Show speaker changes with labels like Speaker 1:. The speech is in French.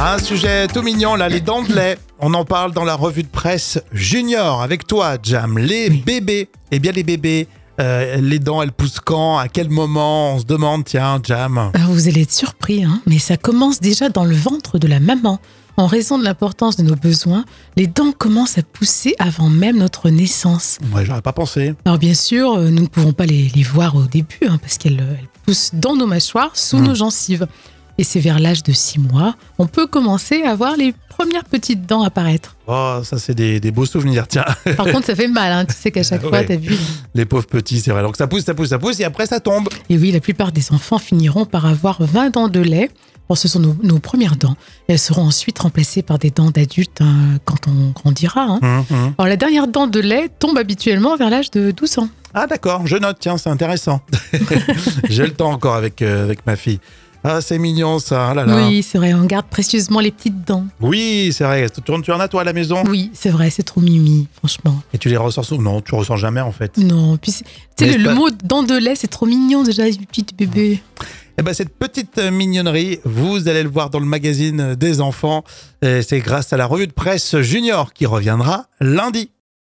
Speaker 1: Un sujet tout mignon, là, les dents de lait. On en parle dans la revue de presse Junior avec toi, Jam. Les bébés. Eh bien, les bébés, euh, les dents, elles poussent quand À quel moment On se demande, tiens, Jam.
Speaker 2: Alors, vous allez être surpris, hein, mais ça commence déjà dans le ventre de la maman. En raison de l'importance de nos besoins, les dents commencent à pousser avant même notre naissance.
Speaker 1: Moi, j'aurais pas pensé.
Speaker 2: Alors bien sûr, euh, nous ne pouvons pas les, les voir au début, hein, parce qu'elles euh, elles poussent dans nos mâchoires, sous
Speaker 1: Mm.
Speaker 2: nos gencives. Et c'est vers l'âge de 6 mois, on peut commencer à voir les premières petites dents apparaître.
Speaker 1: Oh, ça, c'est des, des beaux souvenirs, tiens.
Speaker 2: Par contre, ça fait mal, hein, tu sais qu'à chaque fois,
Speaker 1: Ouais.
Speaker 2: t'as vu.
Speaker 1: Les pauvres petits, c'est vrai. Donc, ça pousse, ça pousse, ça pousse, et après, ça tombe.
Speaker 2: Et oui, la plupart des enfants finiront par avoir 20 dents de lait. Bon, ce sont nos, nos premières dents. Et elles seront ensuite remplacées par des dents d'adultes hein, quand on grandira. hein.
Speaker 1: Hum, hum.
Speaker 2: Alors, la dernière dent de lait tombe habituellement vers l'âge de 12 ans.
Speaker 1: Ah, d'accord, je note, tiens, c'est intéressant. J'ai le temps encore avec, euh, avec ma fille. Ah, c'est mignon, ça. ah là là.
Speaker 2: Oui, c'est vrai, on garde précieusement les petites dents.
Speaker 1: Oui, c'est vrai. Tu tu en as, toi, à la maison
Speaker 2: Oui, c'est vrai, c'est trop mimi, franchement.
Speaker 1: Et tu les ressens souvent Non, tu ressens jamais, en fait.
Speaker 2: Non, puis c'est- tu
Speaker 1: Mais
Speaker 2: sais, le,
Speaker 1: c'est
Speaker 2: le
Speaker 1: pas-
Speaker 2: mot dent de lait, c'est trop mignon déjà, les petites bébés.
Speaker 1: Eh ben, cette petite euh, mignonnerie, vous allez le voir dans le magazine euh, des enfants. Et C'est grâce à la revue de presse Junior qui reviendra lundi.